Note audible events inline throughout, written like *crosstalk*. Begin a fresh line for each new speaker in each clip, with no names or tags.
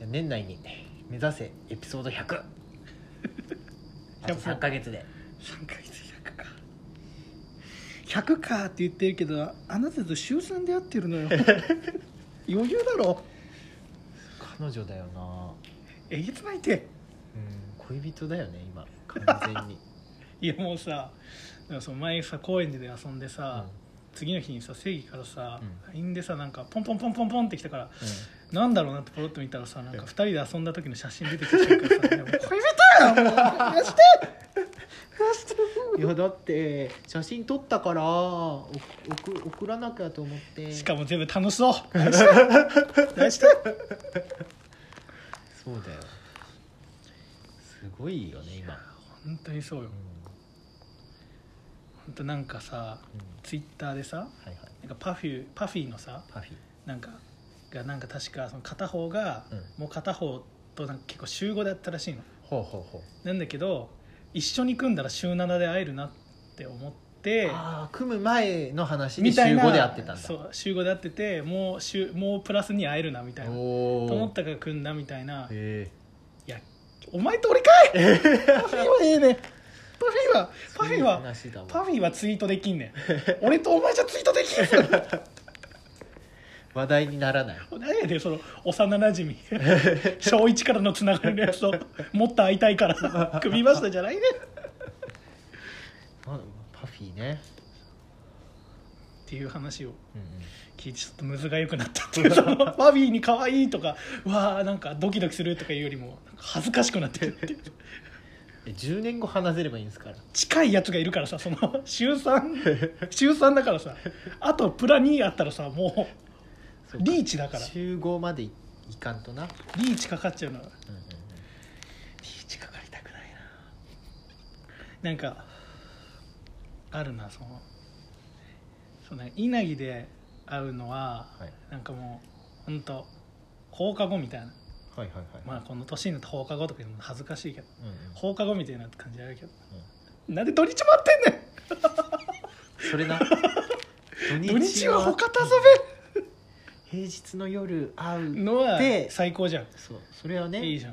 や年内に目指せエピソード100あと3か月で
3ヶ月100か100かって言ってるけどあなたと週3で会って
*laughs*
るのよ余裕だろ
彼女だよな
えげつないって
うん恋人だよね *laughs* 今完全に、
いやもうさなんかその前さ公園で遊んで
うん
さ、次の日にさ正義からさ
うん
LINE、でさなんかポンポンポンポンポンってきたから
う
なんだろうなってポロッと見たらさなんか2人で遊んだ時の写真出てきた瞬間
*laughs*
さいやもう恋人やんもうやして
ん、いやだって写真撮ったからお送送らなきゃと思って
しかも全部楽しそう何して
*laughs*
何して
そうだよすごいよね今、
本当にそうよ
うん
本当なんかさ
うん、
ツイッターでさ
はいはい
なんかパフュパフィーのさ
パフィ
なんかがなんか確かその片方が、
うん
もう片方となんか結構週5だったらしいの
ほうほうほう
なんだけど一緒に組んだら週7で会えるなって思って
ああ組む前の話で
み
週
たいな
5で会ってたんだ
そう週5で会っててもう週もうプラスに会えるなみたいなと
おお
思ったから組んだみたいな
へえ
いやお前と俺かい
*laughs*
パフィーはええねんパフィーはパフ
そう
ィーは
いう話だわ
パフィーはツイートできんねん俺とお前じゃツイートできんぞ
話題にならない
何やでその幼なじみ *laughs* 小一からのつながりのやつともっと会いたいから組みましたじゃないねっ
あパフィーね
ていう話を
うんうん
聞いてちょっとムズが良くなったっていうそのバビーに可愛いとかうわーなんかドキドキするとかいうよりもなんか恥ずかしくなってるっていう
え10年後話せればいいんですから
近いやつがいるからさその週3週3だからさあとプラ2あったらさもうリーチだから
集合までいいかんとな、
リーチかかっちゃうのリ
うんうんうん、
ーチかかりたくないななんかあるなそのそうね稲城で会うのは、
はい
なんかもうほんと放課後みたいな
はいはいはい
まあこの年になって放課後とか言うのも恥ずかしいけど
うんうん
放課後みたいな感じあるけど
う
なんで土日待ってんねん
ん、それ
*laughs*
な土
土日は他と遊
平日の夜会
べ
う
のは
で
最高じゃん
そうそれはね
い
い
い
い
じゃん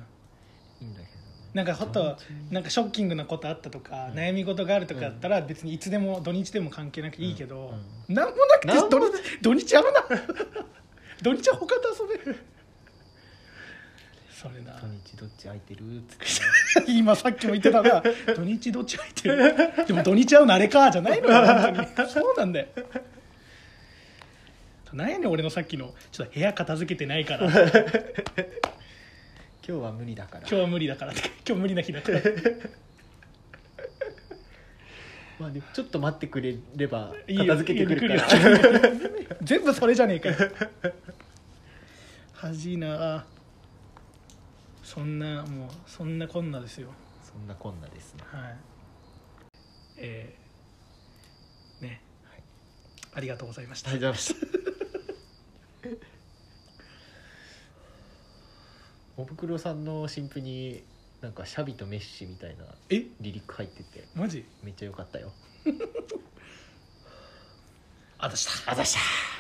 んだけど
なんかほっと
土日
なんかショッキングなことあったとか、
うん
悩み事があるとかだったら別にいつでも土日でも関係なくていいけ
う
ど
ん、
なんもなく
なんも
て土日土日やるな *laughs* 土日は他と遊べるそれな
土日どっち空いてるっつって
今さっきも言ってたな土日どっち空いてるでも土日会うのあれかじゃないのよ本当にそうなんだよなんやねん俺のさっきのちょっと部屋片付けてないから今
今日は無理だから
日は無理だから今日無理な日だから
まあ、でもちょっと待ってくれれば
いいよ
片付けてくるから
家に来るよ *laughs* 全部それじゃねえかよ恥じいなそんなもうそんなこんなですよ
*laughs* そんなこんなですね
はいえーね、
はい
ありがとうございました
ありがとうございま *laughs* したおふくろさんの新譜になんかシャビとメッシみたいな
え
リリック入ってて
マジ
めっちゃ良かったよ
あたした
あざした